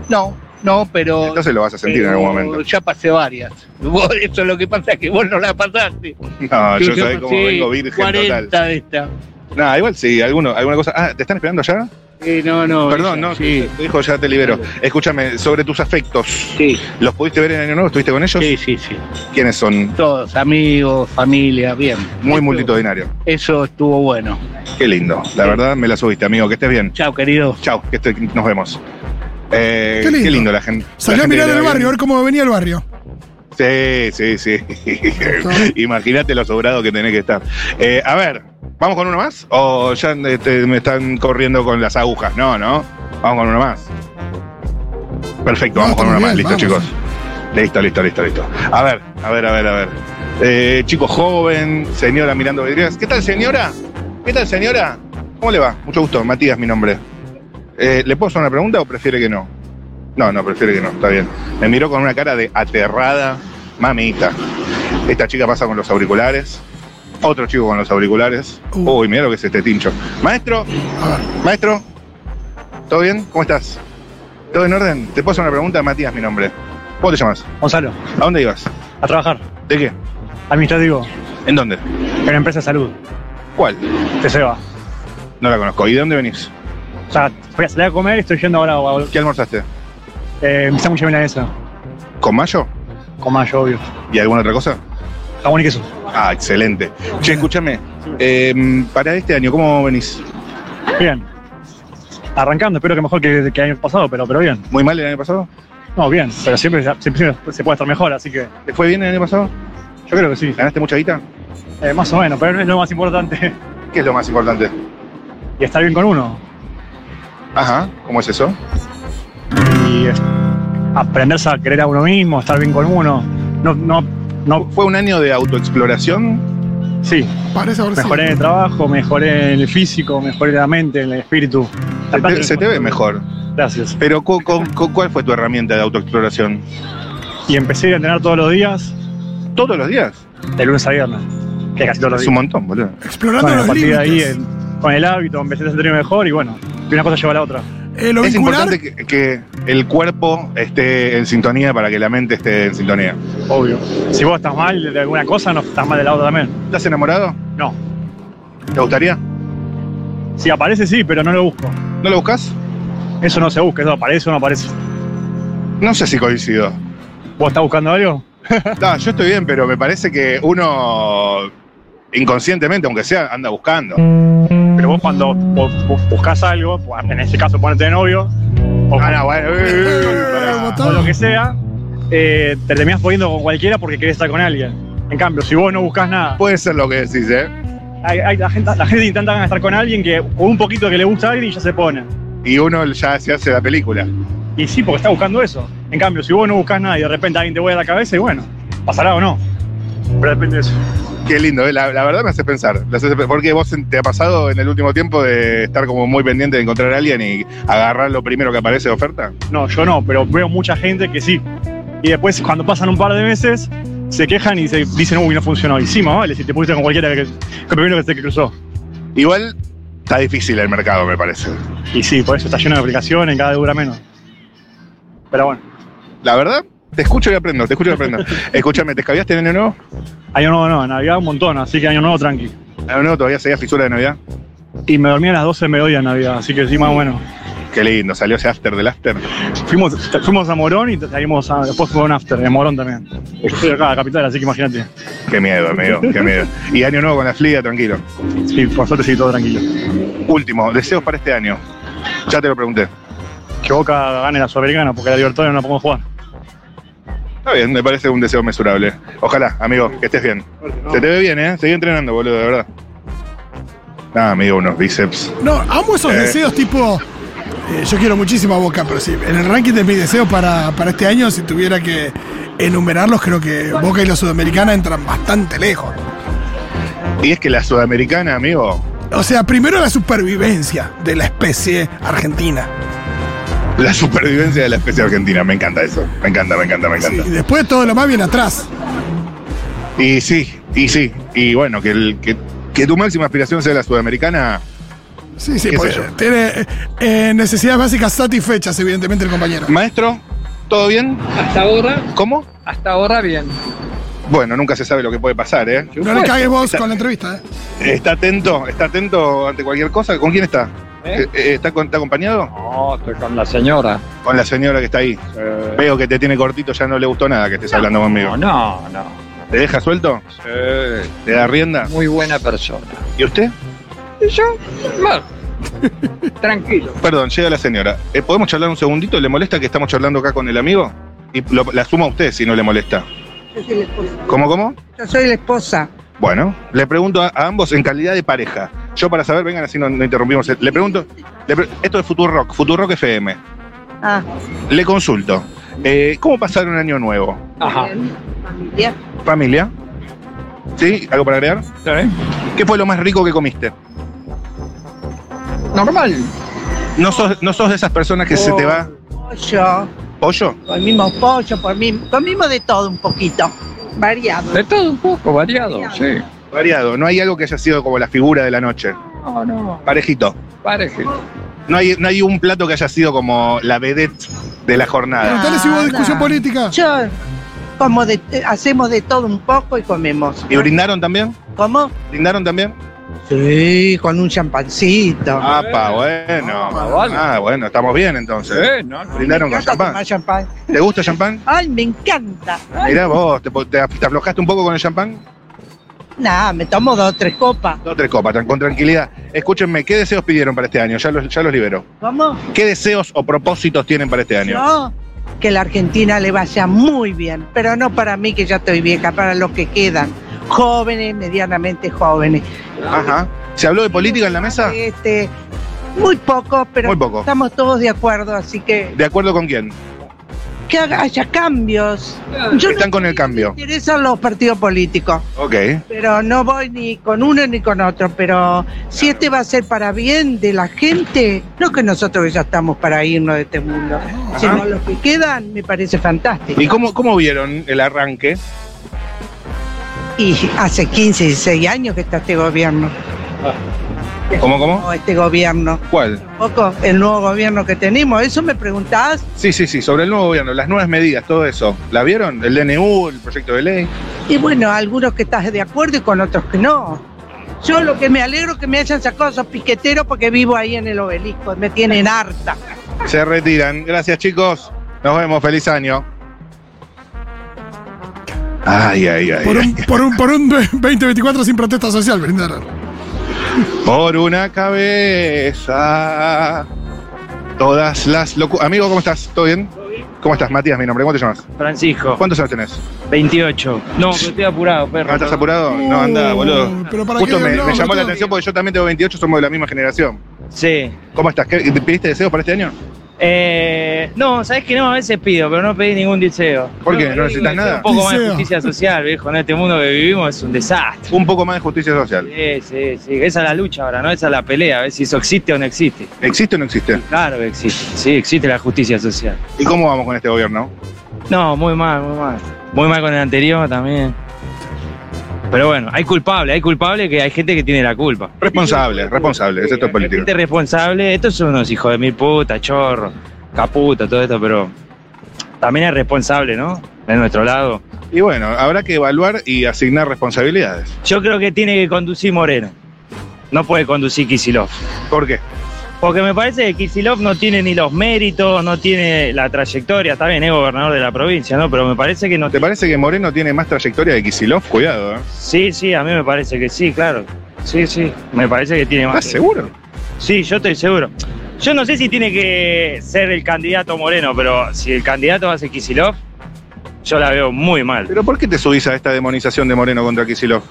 Speaker 11: No, no, pero...
Speaker 8: Entonces lo vas a sentir en
Speaker 11: pero
Speaker 8: algún momento.
Speaker 11: Ya pasé varias. Vos, eso es lo que pasa, que vos no la pasaste.
Speaker 8: No, yo sabés
Speaker 11: sabés
Speaker 8: cómo vengo virgen
Speaker 11: 40
Speaker 8: total.
Speaker 11: de esta.
Speaker 8: Nah, igual sí, alguno, alguna cosa. Ah, ¿te están esperando ya?
Speaker 11: Eh, no, no.
Speaker 8: Perdón,
Speaker 11: esa,
Speaker 8: no,
Speaker 11: Sí,
Speaker 8: te dijo ya te libero. Escúchame, sobre tus afectos,
Speaker 11: sí,
Speaker 8: ¿los pudiste ver en Año Nuevo? ¿Estuviste con ellos?
Speaker 11: sí, sí, sí.
Speaker 8: ¿Quiénes son?
Speaker 11: Todos, amigos, familia, bien.
Speaker 8: Muy
Speaker 11: Eso-
Speaker 8: multitudinario.
Speaker 11: Eso estuvo bueno.
Speaker 8: Qué lindo. La verdad, me la subiste, amigo. Que estés bien.
Speaker 11: Chao, querido.
Speaker 8: Chao, que estés- nos vemos. Eh,
Speaker 5: Qué lindo.
Speaker 8: la gente. la
Speaker 5: Salió a
Speaker 8: gente
Speaker 5: mirar
Speaker 8: que le
Speaker 5: el
Speaker 8: va
Speaker 5: barrio, a ver cómo venía el barrio.
Speaker 8: bien. Sí, sí, sí. Imagínate lo sobrado que tenés que estar. Eh, a ver, ¿vamos con uno más? ¿O ya este, me están corriendo con las agujas? No, no. Vamos con uno más. Perfecto,
Speaker 5: No,
Speaker 8: vamos con
Speaker 5: estamos
Speaker 8: uno más.
Speaker 5: bien,
Speaker 8: Listo,
Speaker 5: vamos.
Speaker 8: chicos. Listo, listo, listo, listo. A ver, a ver, a ver, a ver. Eh, chico joven, señora mirando vidrieras. ¿Qué tal, señora? ¿Qué tal, señora? ¿Cómo le va? Mucho gusto, Matías, mi nombre. Eh, ¿Le puedo hacer una pregunta o prefiere que no? No, no, prefiere que no, está bien. Me miró con una cara de aterrada, mamita. Esta chica pasa con los auriculares. Otro chico con los auriculares.
Speaker 5: Uh.
Speaker 8: Uy, mira lo que es este tincho. Maestro, maestro, ¿todo bien? ¿Cómo estás? ¿Todo en orden? ¿Te puedo hacer una pregunta? Matías, mi nombre. ¿Cómo te llamas?
Speaker 12: Gonzalo,
Speaker 8: ¿A dónde ibas?
Speaker 12: a trabajar.
Speaker 8: ¿De qué?
Speaker 12: Administrativo,
Speaker 8: ¿En dónde?
Speaker 12: en la empresa de salud.
Speaker 8: ¿Cuál?
Speaker 12: Te se va.
Speaker 8: No la conozco. ¿Y de dónde venís?
Speaker 12: O sea, voy a salir a comer y estoy yendo ahora a- a
Speaker 8: ¿Qué almorzaste?
Speaker 12: eh, mi sándwich de milanesa.
Speaker 8: ¿Con mayo?
Speaker 12: Con mayo, obvio.
Speaker 8: ¿Y alguna otra cosa?
Speaker 12: Jabón y queso.
Speaker 8: Ah, excelente. em, Che, escúchame. eh, para este año, ¿cómo venís?
Speaker 12: Bien. arrancando, espero que mejor que, que el año pasado, pero, pero bien.
Speaker 8: ¿Muy mal el año pasado?
Speaker 12: No, bien, pero siempre, siempre se puede estar mejor, así que.
Speaker 8: ¿Le fue bien el año pasado?
Speaker 12: Yo creo que sí.
Speaker 8: ¿Ganaste mucha guita?
Speaker 12: Eh, más o menos, pero no es lo más importante.
Speaker 8: ¿Qué es lo más importante?
Speaker 12: Y estar bien con uno.
Speaker 8: Ajá, ¿cómo es eso?
Speaker 12: Y eh, aprenderse a querer a uno mismo, estar bien con uno. No, no, no.
Speaker 8: ¿Fue un año de autoexploración?
Speaker 12: Sí.
Speaker 5: Parece haber sido.
Speaker 12: Mejoré en el trabajo, mejoré en el físico, mejoré en la mente, en el espíritu.
Speaker 8: Se te, se te ve mejor.
Speaker 12: Gracias.
Speaker 8: Pero cu- cu- cu- ¿cuál fue tu herramienta de autoexploración?
Speaker 12: Y empecé a ir a entrenar todos los días,
Speaker 8: ¿Todos los días?
Speaker 12: de lunes a viernes. Que es casi todos los
Speaker 8: Es
Speaker 12: días.
Speaker 8: un montón, boludo.
Speaker 5: Explorando
Speaker 12: Bueno, a
Speaker 5: los
Speaker 12: partir de
Speaker 5: límites.
Speaker 12: ahí, en- con el hábito, empecé a sentirme mejor y bueno, que una cosa lleva a la otra.
Speaker 5: Eh, lo
Speaker 8: es
Speaker 5: vincular,
Speaker 8: importante que, que el cuerpo esté en sintonía para que la mente esté en sintonía.
Speaker 12: Obvio. Si vos estás mal de alguna cosa, no estás mal de la otra también.
Speaker 8: ¿Estás enamorado?
Speaker 12: No.
Speaker 8: ¿Te gustaría?
Speaker 12: Si aparece, sí, pero no lo busco.
Speaker 8: ¿No lo buscas?
Speaker 12: Eso no se busca, eso aparece o no aparece.
Speaker 8: No sé si coincido.
Speaker 12: ¿Vos estás buscando algo?
Speaker 8: No, yo estoy bien, pero me parece que uno inconscientemente, aunque sea, anda buscando.
Speaker 12: Pero vos cuando bu- bu- buscas algo, en este caso ponerte de novio, o,
Speaker 8: Ah, no, bueno, eh, eh, pará.
Speaker 12: o lo que sea, eh, te terminás poniendo con cualquiera porque querés estar con alguien. En cambio, si vos no buscas nada,
Speaker 8: Puede ser lo que decís, ¿eh?
Speaker 12: hay- hay- la, gente, la gente tiene tanta ganas de estar con alguien que con un poquito que le gusta a alguien y ya se pone.
Speaker 8: Y uno ya se hace la película.
Speaker 12: Y sí, porque está buscando eso. En cambio, si vos no buscas nada y de repente alguien te vuela la cabeza, y bueno, pasará o no. Pero depende de eso.
Speaker 8: Qué lindo, ¿eh? la, la verdad me hace pensar. Me hace pe- Porque vos en- te ha pasado en el último tiempo de estar como muy pendiente de encontrar a alguien y agarrar lo primero que aparece de oferta.
Speaker 12: No, yo no, pero veo mucha gente que sí. Y después, cuando pasan un par de meses, se quejan y se dicen, uy, no funcionó. Y sí, más vale, si te pusiste con cualquiera que, que primero que se que cruzó.
Speaker 8: Igual está difícil el mercado, me parece.
Speaker 12: Y sí, por eso está lleno de aplicaciones, cada vez dura menos. Pero bueno,
Speaker 8: La verdad, te escucho y aprendo, te escucho y aprendo. Escúchame, ¿te escabiaste en año nuevo?
Speaker 12: año nuevo no, en Navidad un montón, así que año nuevo tranqui.
Speaker 8: Año nuevo todavía seguía fisura de Navidad.
Speaker 12: Y me dormí a las 12 de mediodía en Navidad, así que sí, más bueno.
Speaker 8: Qué lindo, salió ese after del after.
Speaker 12: Fuimos, te- fuimos a Morón y te- salimos a, después fue un after, en Morón también. Yo estoy acá, en la capital, así que imagínate.
Speaker 8: Qué miedo, amigo, qué miedo. Y año nuevo con la fliga, tranquilo.
Speaker 12: Sí, por suerte sí, todo tranquilo.
Speaker 8: Último, deseos para este año. Ya te lo pregunté.
Speaker 12: Que Boca gane la Sudamericana, porque la Libertadores no la podemos jugar.
Speaker 8: Está bien, me parece un deseo mesurable. Ojalá, amigo, que estés bien. Se te ve bien, ¿eh? Seguí entrenando, boludo, de verdad. Ah, amigo, unos bíceps.
Speaker 5: no, amo esos
Speaker 8: Eh.
Speaker 5: deseos tipo. eh, yo quiero muchísimo a Boca, pero sí, en el ranking de mis deseos para, para este año, si tuviera que enumerarlos, creo que Boca y la Sudamericana entran bastante lejos.
Speaker 8: Y es que la sudamericana, amigo,
Speaker 5: O sea, primero la supervivencia de la especie argentina.
Speaker 8: la supervivencia de la especie argentina. Me encanta eso. Me encanta, me encanta, me
Speaker 5: Sí,
Speaker 8: encanta.
Speaker 5: y después todo lo más viene atrás.
Speaker 8: Y sí, y sí. Y bueno, que, el- que, que tu máxima aspiración sea la sudamericana.
Speaker 5: Sí, sí,
Speaker 8: ¿Qué
Speaker 5: porque
Speaker 8: sé yo?
Speaker 5: tiene eh, eh, necesidades básicas satisfechas, evidentemente, el compañero.
Speaker 8: Maestro, ¿todo bien?
Speaker 13: Hasta ahora,
Speaker 8: ¿Cómo?
Speaker 13: hasta ahora bien.
Speaker 8: Bueno, nunca se sabe lo que puede pasar, ¿eh?
Speaker 5: No le cagues vos con la entrevista, ¿eh?
Speaker 8: Está atento, está atento ante cualquier cosa. ¿Con quién está?
Speaker 13: ¿Eh?
Speaker 8: Eh, eh, ¿Está, con- está acompañado?
Speaker 13: No, estoy con la señora.
Speaker 8: Con la señora que está ahí.
Speaker 13: Eh,
Speaker 8: Veo que te tiene cortito, ya no le gustó nada que estés hablando conmigo.
Speaker 13: no, no, no.
Speaker 8: ¿Te deja suelto?
Speaker 13: Eh,
Speaker 8: ¿Te da rienda?
Speaker 13: muy buena persona.
Speaker 8: ¿Y usted?
Speaker 13: Y yo, bueno, tranquilo.
Speaker 8: Perdón, llega la señora. Eh, ¿Podemos charlar un segundito? ¿Le molesta que estamos charlando acá con el amigo? Y lo- la suma a usted si no le molesta. ¿Cómo, cómo?
Speaker 14: Yo soy la esposa.
Speaker 8: Bueno, le pregunto a, a ambos en calidad de pareja. Yo para saber, vengan así no, no interrumpimos. Le pregunto, le pre- esto es Futuro Rock, Futuro Rock FM.
Speaker 14: Ah,
Speaker 8: Le consulto, eh, ¿cómo pasar un año nuevo?
Speaker 13: Ajá.
Speaker 14: familia.
Speaker 8: ¿Familia? ¿Sí? ¿Algo para agregar? ¿Qué fue lo más rico que comiste?
Speaker 13: Normal. Oh.
Speaker 8: ¿No sos, no sos de esas personas que se te va
Speaker 14: Pollo,
Speaker 8: pollo?
Speaker 14: comimos pollo, comi- comimos de todo un poquito, variado.
Speaker 13: De todo un poco, variado, sí.
Speaker 8: Variado, no hay algo que haya sido como la figura de la noche.
Speaker 13: No, no,
Speaker 8: Parejito.
Speaker 13: parejito.
Speaker 8: No hay, no hay un plato que haya sido como la vedette de la jornada.
Speaker 5: Preguntale si hubo
Speaker 14: Nada.
Speaker 5: discusión política.
Speaker 14: Yo como de, eh, hacemos de todo un poco y comemos.
Speaker 8: ¿Y brindaron también?
Speaker 14: ¿Cómo?
Speaker 8: ¿Brindaron también?
Speaker 14: Sí, con un champancito.
Speaker 8: Ah, pa, bueno.
Speaker 13: Ah, vale.
Speaker 8: Ah, bueno, estamos bien entonces.
Speaker 13: Sí, no, no.
Speaker 8: Brindaron
Speaker 14: Me
Speaker 8: con
Speaker 14: encanta
Speaker 8: champán.
Speaker 14: tomar champán.
Speaker 8: ¿Te gusta el champán?
Speaker 14: Ay, me encanta.
Speaker 8: Mirá vos, te, te aflojaste un poco con el champán.
Speaker 14: Nada, me tomo dos o tres copas.
Speaker 8: Dos o tres copas, tan- con tranquilidad. Escúchenme, ¿qué deseos pidieron para este año? Ya los, ya los libero.
Speaker 14: ¿Cómo?
Speaker 8: ¿Qué deseos o propósitos tienen para este año?
Speaker 14: Yo, que la Argentina le vaya muy bien, pero no para mí que ya estoy vieja, para los que quedan, jóvenes, medianamente jóvenes.
Speaker 8: Ajá. ¿Se habló de política en la mesa?
Speaker 14: Este, muy poco, pero
Speaker 8: Muy poco.
Speaker 14: estamos todos de acuerdo, así que
Speaker 8: ¿De acuerdo con quién?
Speaker 14: que haga- haya cambios. Yo no
Speaker 8: Están con el cambio.
Speaker 14: me interesan los partidos políticos.
Speaker 8: Ok.
Speaker 14: Pero no voy ni con uno ni con otro, pero si este va a ser para bien de la gente, no que nosotros ya estamos para irnos de este mundo, sino los que quedan, me parece fantástico.
Speaker 8: ¿Y cómo, cómo vieron el arranque?
Speaker 14: Y hace 15, 16 años que está este gobierno.
Speaker 8: ¿Cómo, cómo?
Speaker 14: O este gobierno.
Speaker 8: ¿Cuál?
Speaker 14: Poco el nuevo gobierno que tenemos, ¿eso me preguntás?
Speaker 8: Sí, sí, sí, sobre el nuevo gobierno, las nuevas medidas, todo eso. ¿La vieron? ¿El DNU, el proyecto de ley?
Speaker 14: Y bueno, algunos que estás de acuerdo y con otros que no. Yo lo que me alegro que me hayan sacado esos piqueteros porque vivo ahí en el obelisco, me tienen harta.
Speaker 8: Se retiran. Gracias, chicos. Nos vemos. Feliz año. Ay, ay, ay.
Speaker 5: Eh, Por
Speaker 8: ay.
Speaker 5: un, por un, por un 2024 sin protesta social, brindar.
Speaker 8: Por una cabeza. Todas las locuras. Amigo, ¿cómo estás? ¿Todo bien? ¿Cómo estás? Matías, mi nombre. ¿Cómo te llamas?
Speaker 15: Francisco.
Speaker 8: ¿Cuántos años tenés?
Speaker 15: 28. No, pero estoy apurado, perro.
Speaker 8: ¿Ah, ¿Estás apurado? No, anda, boludo.
Speaker 5: pero para
Speaker 8: Justo
Speaker 5: qué,
Speaker 8: me, me
Speaker 5: no,
Speaker 8: llamó la
Speaker 5: Matías.
Speaker 8: atención porque yo también tengo 28, somos de la misma generación.
Speaker 15: Sí.
Speaker 8: ¿Cómo estás? ¿Qué, ¿Pediste deseos para este año?
Speaker 15: Eh, no, sabes que no, a veces pido, pero no pedí ningún deseo.
Speaker 8: ¿Por qué? ¿No
Speaker 15: pedí ningún
Speaker 8: necesitas
Speaker 15: deseo.
Speaker 8: nada?
Speaker 15: Un poco más de
Speaker 8: Deseo.
Speaker 15: justicia social, viejo. En este mundo que vivimos es un desastre.
Speaker 8: Un poco más de justicia social.
Speaker 15: Sí, sí, sí. Esa es la lucha ahora, ¿no? Esa es la pelea, a ver si eso existe o no existe.
Speaker 8: ¿Existe o no existe?
Speaker 15: Claro que existe. Sí, existe la justicia social.
Speaker 8: ¿Y cómo vamos con este gobierno?
Speaker 15: No, muy mal, muy mal. Muy mal con el anterior también. Pero bueno, hay culpable, hay culpable que hay gente que tiene la culpa.
Speaker 8: Responsable, responsable. Eso es todo político.
Speaker 15: Gente responsable, estos son unos hijos de mil puta, chorro, caputa, todo esto, pero también es responsable, ¿no? De nuestro lado.
Speaker 8: Y bueno, habrá que evaluar y asignar responsabilidades.
Speaker 15: Yo creo que tiene que conducir Moreno. No puede conducir Kisilov.
Speaker 8: ¿Por qué?
Speaker 15: Porque me parece que Kisilov no tiene ni los méritos, no tiene la trayectoria. Está bien, es gobernador de la provincia, ¿no? Pero me parece que no.
Speaker 8: ¿Te parece que Moreno tiene más trayectoria de Kisilov? Cuidado, ¿eh?
Speaker 15: Sí, sí, a mí me parece que sí, claro. Sí, sí, me parece que tiene más.
Speaker 8: ¿Estás seguro?
Speaker 15: Sí, yo estoy seguro. Yo no sé si tiene que ser el candidato Moreno, pero si el candidato va a ser Kisilov, yo la veo muy mal.
Speaker 8: ¿Pero por qué te subís a esta demonización de Moreno contra Kisilov?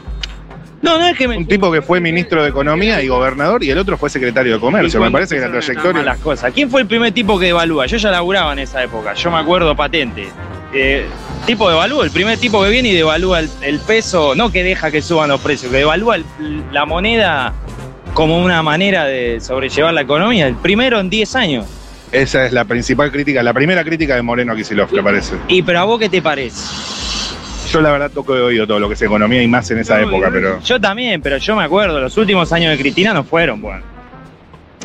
Speaker 15: No, no es que me.
Speaker 8: Un tipo que fue ministro de Economía y gobernador y el otro fue secretario de Comercio. Me parece que la trayectoria.
Speaker 15: Las cosas. ¿Quién fue el primer tipo que evalúa? Yo ya laburaba en esa época, yo me acuerdo patente. Eh, tipo devalúa, el primer tipo que viene y devalúa el, el peso, no que deja que suban los precios, que devalúa el- la moneda como una manera de sobrellevar la economía. El primero en 10 años.
Speaker 8: Esa es la principal crítica, la primera crítica de Moreno a Kisilov, me parece.
Speaker 15: ¿Y pero a vos qué te parece?
Speaker 8: Yo la verdad toco de oído todo lo que es economía y más en esa época, pero.
Speaker 15: Yo también, pero yo me acuerdo, los últimos años de Cristina no fueron buenos.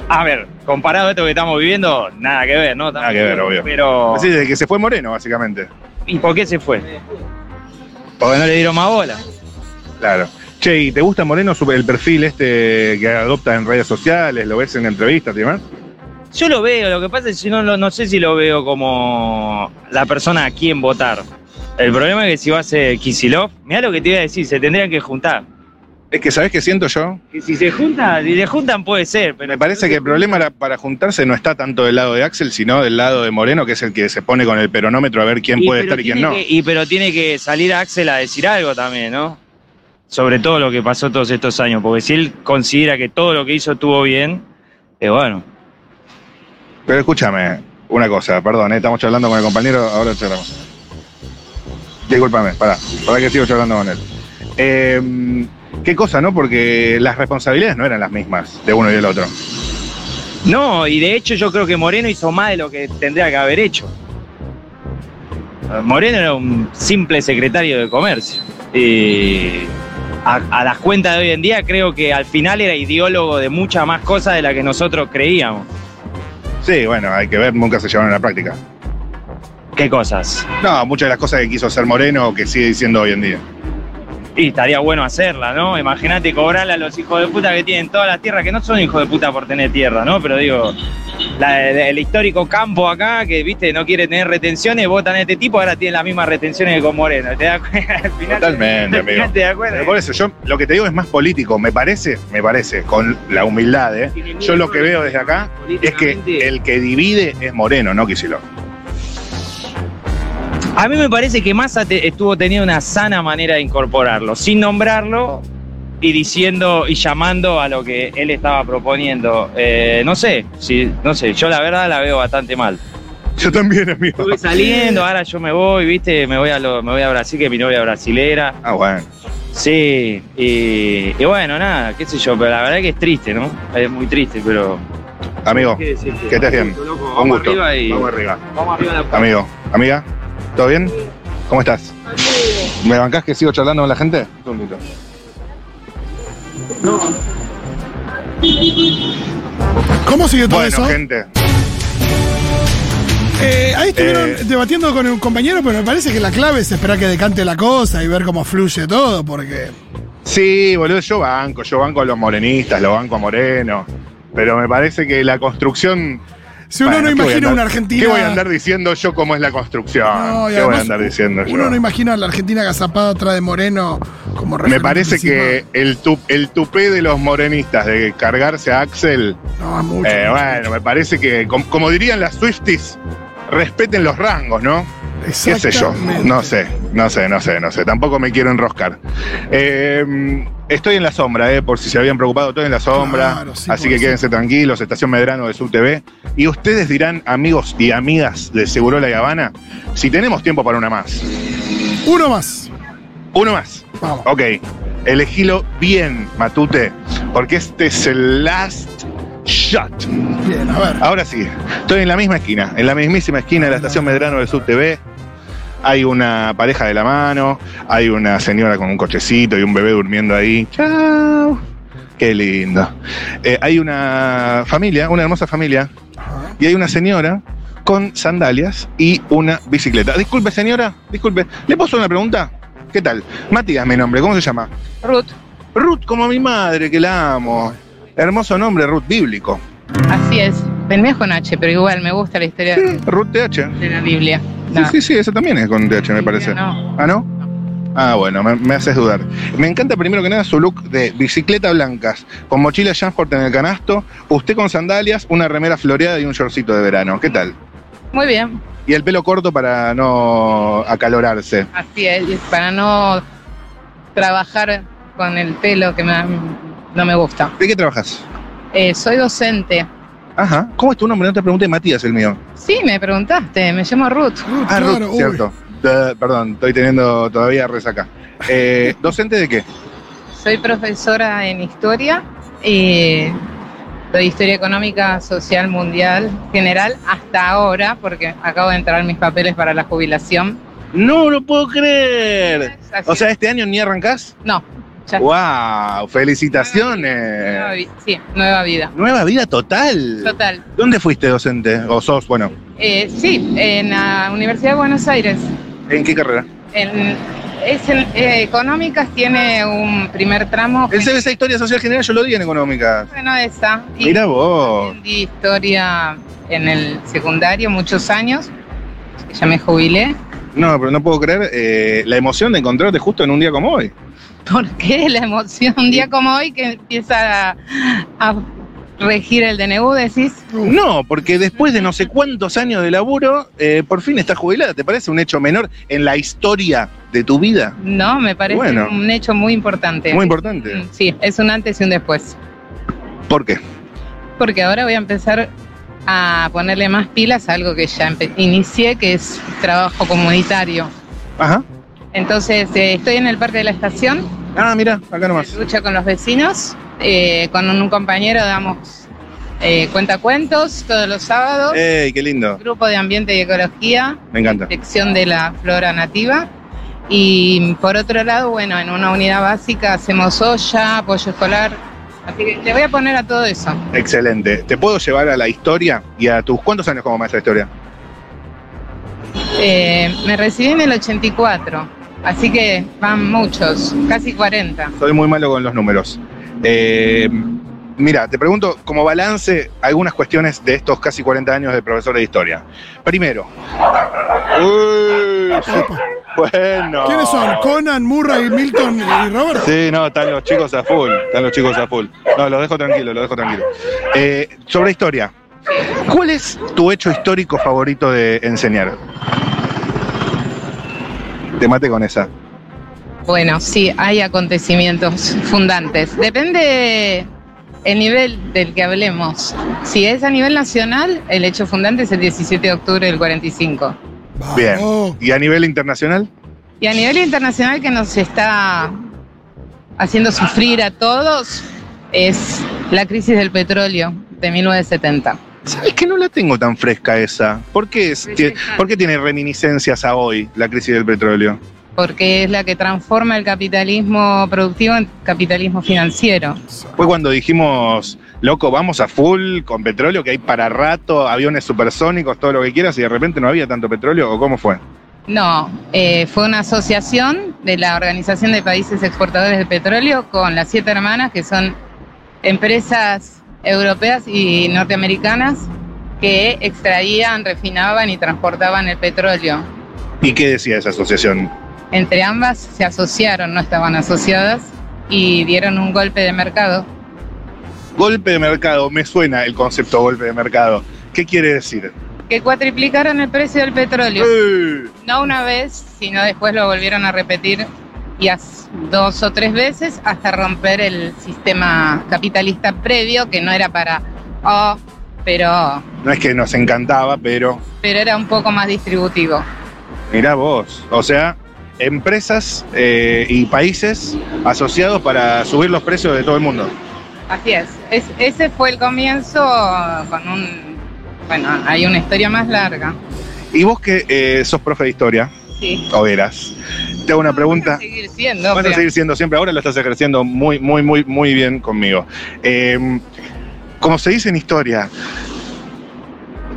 Speaker 15: A ver, comparado a esto que estamos viviendo, nada que ver, ¿no?
Speaker 8: Nada Ah, que ver, obvio.
Speaker 15: Pero.
Speaker 8: Así desde que se fue Moreno, básicamente.
Speaker 15: ¿Y por qué se fue? Porque no le dieron más bola.
Speaker 8: Claro. Che, ¿y te gusta Moreno su- el perfil este que adopta en redes sociales? ¿Lo ves en entrevistas y demás?
Speaker 15: Yo lo veo, lo que pasa es que si no, lo- no sé si lo veo como la persona a quien votar. El problema es que si va a ser Kisilov, mirá lo que te iba a decir, se tendrían que juntar.
Speaker 8: Es que, ¿sabes qué siento yo?
Speaker 15: Que si se juntan, si se juntan puede ser, pero.
Speaker 8: Me parece que el problema era- para juntarse no está tanto del lado de Axel, sino del lado de Moreno, que es el que se pone con el peronómetro a ver quién
Speaker 15: Y
Speaker 8: puede
Speaker 15: pero
Speaker 8: estar y quién
Speaker 15: tiene
Speaker 8: no.
Speaker 15: que- y pero tiene que salir Axel a decir algo también, ¿no? Sobre todo lo que pasó todos estos años, porque si él considera que todo lo que hizo estuvo bien, eh, bueno.
Speaker 8: Pero escúchame, una cosa, perdón, eh, estamos charlando con el compañero, ahora charlamos. Discúlpame, pará, para que sigo charlando con él. Eh, qué cosa, ¿no? Porque las responsabilidades no eran las mismas de uno y del otro.
Speaker 15: No, y de hecho yo creo que Moreno hizo más de lo que tendría que haber hecho. Eh, Moreno era un simple secretario de comercio. Y a, a las cuentas de hoy en día creo que al final era ideólogo de muchas más cosas de las que nosotros creíamos.
Speaker 8: Sí, bueno, hay que ver, nunca se llevaron a la práctica.
Speaker 15: ¿Qué cosas?
Speaker 8: No, muchas de las cosas que quiso hacer Moreno o que sigue diciendo hoy en día.
Speaker 15: Y estaría bueno hacerla, ¿no? Imagínate cobrarla a los hijos de puta que tienen todas las tierras, que no son hijos de puta por tener tierra, ¿no? Pero digo, la- el, el histórico campo acá, que viste, no quiere tener retenciones, votan a este tipo, ahora tiene las mismas retenciones que con Moreno. ¿Te das cuenta? Al final-
Speaker 8: Totalmente,
Speaker 15: al
Speaker 8: amigo.
Speaker 15: final te das cuenta.
Speaker 8: Pero por eso, yo lo que te digo es más político, me parece, me parece, con la humildad, ¿eh? Yo lo que veo desde acá es que el que divide es Moreno, no Kicillof.
Speaker 15: A mí me parece que Massa te- estuvo teniendo una sana manera de incorporarlo, sin nombrarlo y diciendo y llamando a lo que él estaba proponiendo. Eh, no sé, si, no sé, yo la verdad la veo bastante mal.
Speaker 8: Yo también, amigo.
Speaker 15: Estuve saliendo, ahora yo me voy, viste, me voy a, lo- me voy a Brasil, que mi novia es brasilera.
Speaker 8: Ah, bueno.
Speaker 15: Sí, y, y bueno, nada, qué sé yo, pero la verdad que es triste, ¿no? Es muy triste, pero...
Speaker 8: Amigo,
Speaker 15: ¿Qué decirte?
Speaker 8: que estés bien.
Speaker 15: Un gusto, loco.
Speaker 8: Un
Speaker 15: Vamos
Speaker 8: gusto.
Speaker 15: arriba y-
Speaker 8: Vamos arriba.
Speaker 15: Vamos arriba de la
Speaker 8: Amigo, amiga, ¿todo bien? ¿Cómo estás? ¿Me bancás que sigo charlando con la gente?
Speaker 5: ¿Cómo sigue todo
Speaker 8: bueno,
Speaker 5: eso?
Speaker 8: gente.
Speaker 5: Eh, ahí estuvieron
Speaker 8: Eh.
Speaker 5: debatiendo con un compañero, pero me parece que la clave es esperar que decante la cosa y ver cómo fluye todo, porque.
Speaker 8: Sí, boludo, yo banco, yo banco a los morenistas, lo banco a Moreno. Pero me parece que la construcción.
Speaker 5: Si uno no
Speaker 8: ¿qué voy a
Speaker 5: imagina
Speaker 8: andar-
Speaker 5: una Argentina-
Speaker 8: ¿Qué voy a andar diciendo yo cómo es la construcción?
Speaker 5: No, y
Speaker 8: ¿Qué voy
Speaker 5: además
Speaker 8: a andar diciendo yo?
Speaker 5: Uno no imagina a la Argentina gazapada atrás de Moreno como
Speaker 8: Me
Speaker 5: referente
Speaker 8: parece
Speaker 5: encima.
Speaker 8: que el, tu- el tupé de los morenistas de cargarse a Axel.
Speaker 5: No, es Ah, mucho,
Speaker 8: eh,
Speaker 5: mucho,
Speaker 8: bueno, me parece que, com- como, dirían las Swifties, respeten los rangos, ¿no? ¿Qué sé yo?
Speaker 5: Exactamente.
Speaker 8: No sé, no sé, no sé, no sé. Tampoco me quiero enroscar. Eh, estoy en la sombra, eh, por si se habían preocupado, estoy en la sombra.
Speaker 5: Claro, sí,
Speaker 8: así
Speaker 5: por
Speaker 8: que
Speaker 5: eso.
Speaker 8: quédense tranquilos, Estación Medrano de SubTV. Y ustedes dirán, amigos y amigas de Seguro La Habana, si tenemos tiempo para una más.
Speaker 5: Uno más.
Speaker 8: Uno más.
Speaker 5: Vamos.
Speaker 8: Ok. Elegilo bien, Matute, porque este es el last shot.
Speaker 5: Bien, a ver.
Speaker 8: Ahora sí, estoy en la misma esquina, en la mismísima esquina de la estación Medrano del Sub TV. Hay una pareja de la mano, hay una señora con un cochecito y un bebé durmiendo ahí. ¡Chao! Qué lindo. Eh, hay una familia, una hermosa familia, y hay una señora con sandalias y una bicicleta. Disculpe, señora, disculpe. ¿Le puedo hacer una pregunta? ¿Qué tal? Matías, mi nombre, ¿cómo se llama? Ruth. Ruth, como mi madre, que la amo. Hermoso nombre, Ruth, bíblico.
Speaker 16: Así es. Terminas con H, pero igual me gusta la historia de,
Speaker 8: Ruth TH.
Speaker 16: de la Biblia.
Speaker 8: Sí, sí, sí, esa también es con TH, me parece.
Speaker 16: no.
Speaker 8: ¿Ah, no? Ah, bueno, me, me haces dudar. Me encanta primero que nada su look de bicicleta blancas, con mochila Jansport en el canasto, usted con sandalias, una remera floreada y un shortcito de verano. ¿Qué tal?
Speaker 16: Muy bien.
Speaker 8: Y el pelo corto para no acalorarse.
Speaker 16: Así es. y Para no trabajar con el pelo que me da- no me gusta.
Speaker 8: ¿De qué trabajas?
Speaker 16: Eh, soy docente.
Speaker 8: Ajá. ¿Cómo es tu nombre? No te pregunté, Matías, el mío.
Speaker 16: Sí, me preguntaste. Me llamo Ruth.
Speaker 8: Ah, Ruth, cierto. Eh, perdón, estoy teniendo todavía resaca. Eh, ¿Docente de qué?
Speaker 16: Soy profesora en historia y de historia económica, social, mundial, general, hasta ahora, porque acabo de entrar mis papeles para la jubilación.
Speaker 8: No lo puedo creer.
Speaker 16: Así
Speaker 8: O sea, ¿este año ni arrancás?
Speaker 16: No, ya.
Speaker 8: ¡Wow! ¡Felicitaciones!
Speaker 16: Nueva vi- sí, nueva vida.
Speaker 8: Nueva vida total.
Speaker 16: Total.
Speaker 8: ¿Dónde fuiste docente? ¿O sos? Bueno,
Speaker 16: Eh, sí, en la Universidad de Buenos Aires.
Speaker 8: ¿en qué carrera?
Speaker 16: En, es en- eh, económicas tiene un primer tramo.
Speaker 8: El CBC Historia Social General yo lo di en Económicas.
Speaker 16: Bueno, esa. Y
Speaker 8: Mira vos.
Speaker 16: di historia en el secundario muchos años. Ya me jubilé.
Speaker 8: No, pero no puedo creer eh, la emoción de encontrarte justo en un día como hoy.
Speaker 16: ¿Por qué la emoción? Un día como hoy que empieza a, a regir el DNU, decís.
Speaker 8: No, porque después de no sé cuántos años de laburo, eh, por fin estás jubilada. ¿Te parece un hecho menor en la historia de tu vida?
Speaker 16: No, me parece
Speaker 8: Bueno.
Speaker 16: un hecho muy importante. Mm,
Speaker 8: Muy importante.
Speaker 16: Sí, es un antes y un después.
Speaker 8: ¿Por qué?
Speaker 16: Porque ahora voy a empezar a ponerle más pilas a algo que ya empe- inicié, que es trabajo comunitario.
Speaker 8: Ajá.
Speaker 16: Entonces, eh, estoy en el Parque de la Estación.
Speaker 8: Ah, mira, acá nomás.
Speaker 16: Lucha con los vecinos. eh, con un compañero damos eh, cuentacuentos todos los sábados.
Speaker 8: ¡Ey, qué lindo!
Speaker 16: Grupo de Ambiente y Ecología.
Speaker 8: Me encanta.
Speaker 16: protección de la flora nativa. Y por otro lado, bueno, en una unidad básica hacemos olla, apoyo escolar. Así que le voy a poner a todo eso.
Speaker 8: Excelente. ¿Te puedo llevar a la historia y a tus cuántos años como maestra de historia?
Speaker 16: Eh, me recibí en el 84. Así que van muchos, casi 40.
Speaker 8: Soy muy malo con los números. Eh, mira, te pregunto como balance algunas cuestiones de estos casi 40 años de profesor de historia. Primero. Uy, sí, bueno.
Speaker 5: ¿Quiénes son? Conan, Murray, Milton y Robert.
Speaker 8: Sí, no, están los chicos a full. Están los chicos a full. No, los dejo tranquilo, los dejo tranquilo. Eh, sobre historia. ¿Cuál es tu hecho histórico favorito de enseñar? Te mate con esa.
Speaker 16: Bueno, sí, hay acontecimientos fundantes. Depende el nivel del que hablemos. Si es a nivel nacional, el hecho fundante es el 17 de octubre del 45. Ah,
Speaker 8: Bien. ¿Y a nivel internacional?
Speaker 16: Y a nivel internacional que nos está haciendo sufrir a todos es la crisis del petróleo de 1970.
Speaker 8: ¿Sabes que no la tengo tan fresca esa? ¿Por qué, es- tie- ¿Por qué tiene reminiscencias a hoy la crisis del petróleo?
Speaker 16: Porque es la que transforma el capitalismo productivo en capitalismo financiero.
Speaker 8: Fue cuando dijimos, loco, vamos a full con petróleo, que hay para rato, aviones supersónicos, todo lo que quieras, y de repente no había tanto petróleo, ¿o cómo fue?
Speaker 16: No, eh, fue una asociación de la Organización de Países Exportadores de Petróleo con las siete hermanas, que son empresas europeas y norteamericanas que extraían, refinaban y transportaban el petróleo.
Speaker 8: ¿Y qué decía esa asociación?
Speaker 16: Entre ambas se asociaron, no estaban asociadas, y dieron un golpe de mercado.
Speaker 8: Golpe de mercado, me suena el concepto golpe de mercado. ¿Qué quiere decir?
Speaker 16: que cuatriplicaron el precio del petróleo.
Speaker 8: ¡Eh!
Speaker 16: No una vez, sino después lo volvieron a repetir y as- dos o tres veces hasta romper el sistema capitalista previo, que no era para, oh, pero,
Speaker 8: No es que nos encantaba, pero
Speaker 16: pero era un poco más distributivo.
Speaker 8: mirá vos. O sea, empresas eh, y países asociados para subir los precios de todo el mundo.
Speaker 16: Así es. Es- ese fue el comienzo con un... Bueno, hay una historia más larga.
Speaker 8: Y vos que eh, sos profe de historia,
Speaker 16: Sí.
Speaker 8: o eras, te hago una pregunta.
Speaker 16: Seguir siendo,
Speaker 8: Vas a
Speaker 16: pero-
Speaker 8: seguir siendo siempre, ahora lo estás ejerciendo muy, muy, muy, muy bien conmigo. Eh, como se dice en historia,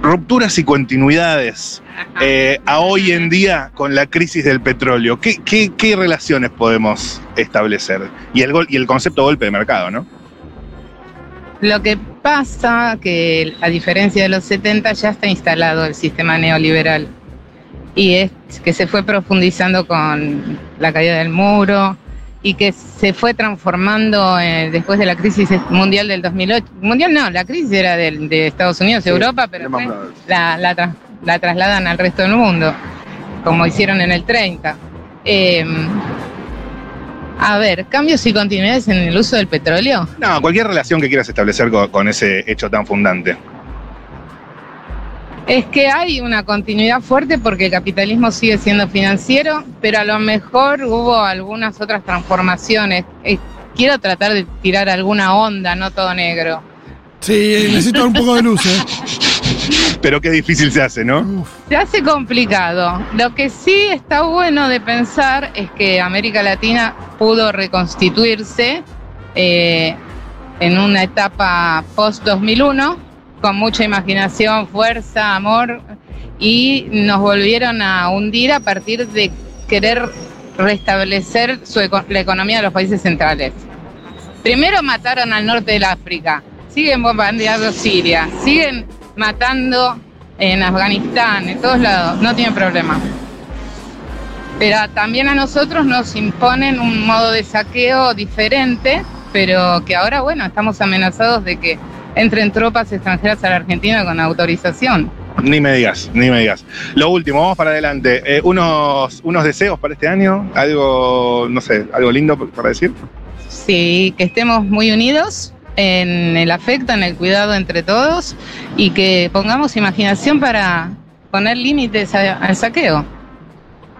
Speaker 8: rupturas y continuidades eh, a hoy en día con la crisis del petróleo. ¿Qué, qué- qué relaciones podemos establecer? Y el, gol- y el concepto golpe de mercado, ¿no?
Speaker 16: Lo que pasa que a diferencia de los 70 ya está instalado el sistema neoliberal y es que se fue profundizando con la caída del muro y que se fue transformando eh, después de la crisis mundial del 2008. Mundial no, la crisis era del- de, Estados Unidos, Europa, pero
Speaker 8: Lehman
Speaker 16: fue-
Speaker 8: Brothers.
Speaker 16: la, la tras- la trasladan al resto del mundo, como hicieron en el 30. Eh, a ver, cambios y continuidades en el uso del petróleo.
Speaker 8: No, cualquier relación que quieras establecer con, con ese hecho tan fundante.
Speaker 16: Es que hay una continuidad fuerte porque el capitalismo sigue siendo financiero, pero a lo mejor hubo algunas otras transformaciones. Eh, quiero tratar de tirar alguna onda, no todo negro.
Speaker 5: Sí, necesito un poco de luz, ¿eh?
Speaker 8: Pero qué difícil se hace, ¿no?
Speaker 16: Se hace complicado. Lo que sí está bueno de pensar es que América Latina pudo reconstituirse eh, en una etapa post-2001 con mucha imaginación, fuerza, amor y nos volvieron a hundir a partir de querer restablecer su eco- la economía de los países centrales. Primero mataron al norte del África, siguen bombardeando Siria, siguen matando en Afganistán, en todos lados, no tienen problema. Pero también a nosotros nos imponen un modo de saqueo diferente, pero que ahora, bueno, estamos amenazados de que entren tropas extranjeras a la Argentina con autorización.
Speaker 8: Ni me digas, ni me digas. Lo último, vamos para adelante. Eh, unos, unos deseos para este año, algo, no sé, algo lindo para decir.
Speaker 16: Sí, que estemos muy unidos en el afecto, en el cuidado entre todos y que pongamos imaginación para poner límites a- al saqueo.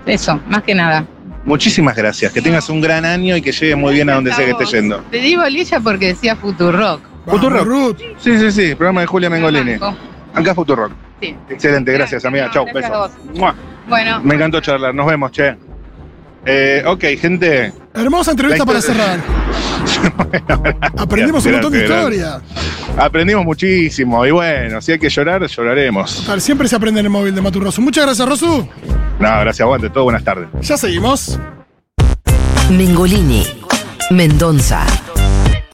Speaker 16: Eso, más que nada.
Speaker 8: Muchísimas gracias, que tengas un gran año y que llegue muy bien a donde sea que esté yendo.
Speaker 16: Te di bolilla porque decía Futurock.
Speaker 8: Futurock. Sí, sí, sí, programa de Julia Mengolini.
Speaker 16: Banco.
Speaker 8: Acá Futurock.
Speaker 16: Sí.
Speaker 8: Excelente, gracias amiga. Chau,
Speaker 16: Gracias a
Speaker 8: besos.
Speaker 16: vos.
Speaker 8: Mua.
Speaker 16: Bueno,
Speaker 8: Me encantó charlar, nos vemos, che. Eh, ok, gente.
Speaker 5: Hermosa entrevista
Speaker 8: La
Speaker 5: para
Speaker 8: historia-
Speaker 5: cerrar. Aprendimos
Speaker 8: Gracias,
Speaker 5: un montón de
Speaker 8: gracias.
Speaker 5: historia.
Speaker 8: Aprendimos muchísimo y bueno, si hay que llorar, lloraremos.
Speaker 5: Tal, siempre se aprende en el móvil de Matu Rosu. Muchas gracias, Rosu.
Speaker 8: No, gracias, aguante todo. Buenas tardes.
Speaker 17: Ya seguimos.
Speaker 5: Mengolini, Mendonza,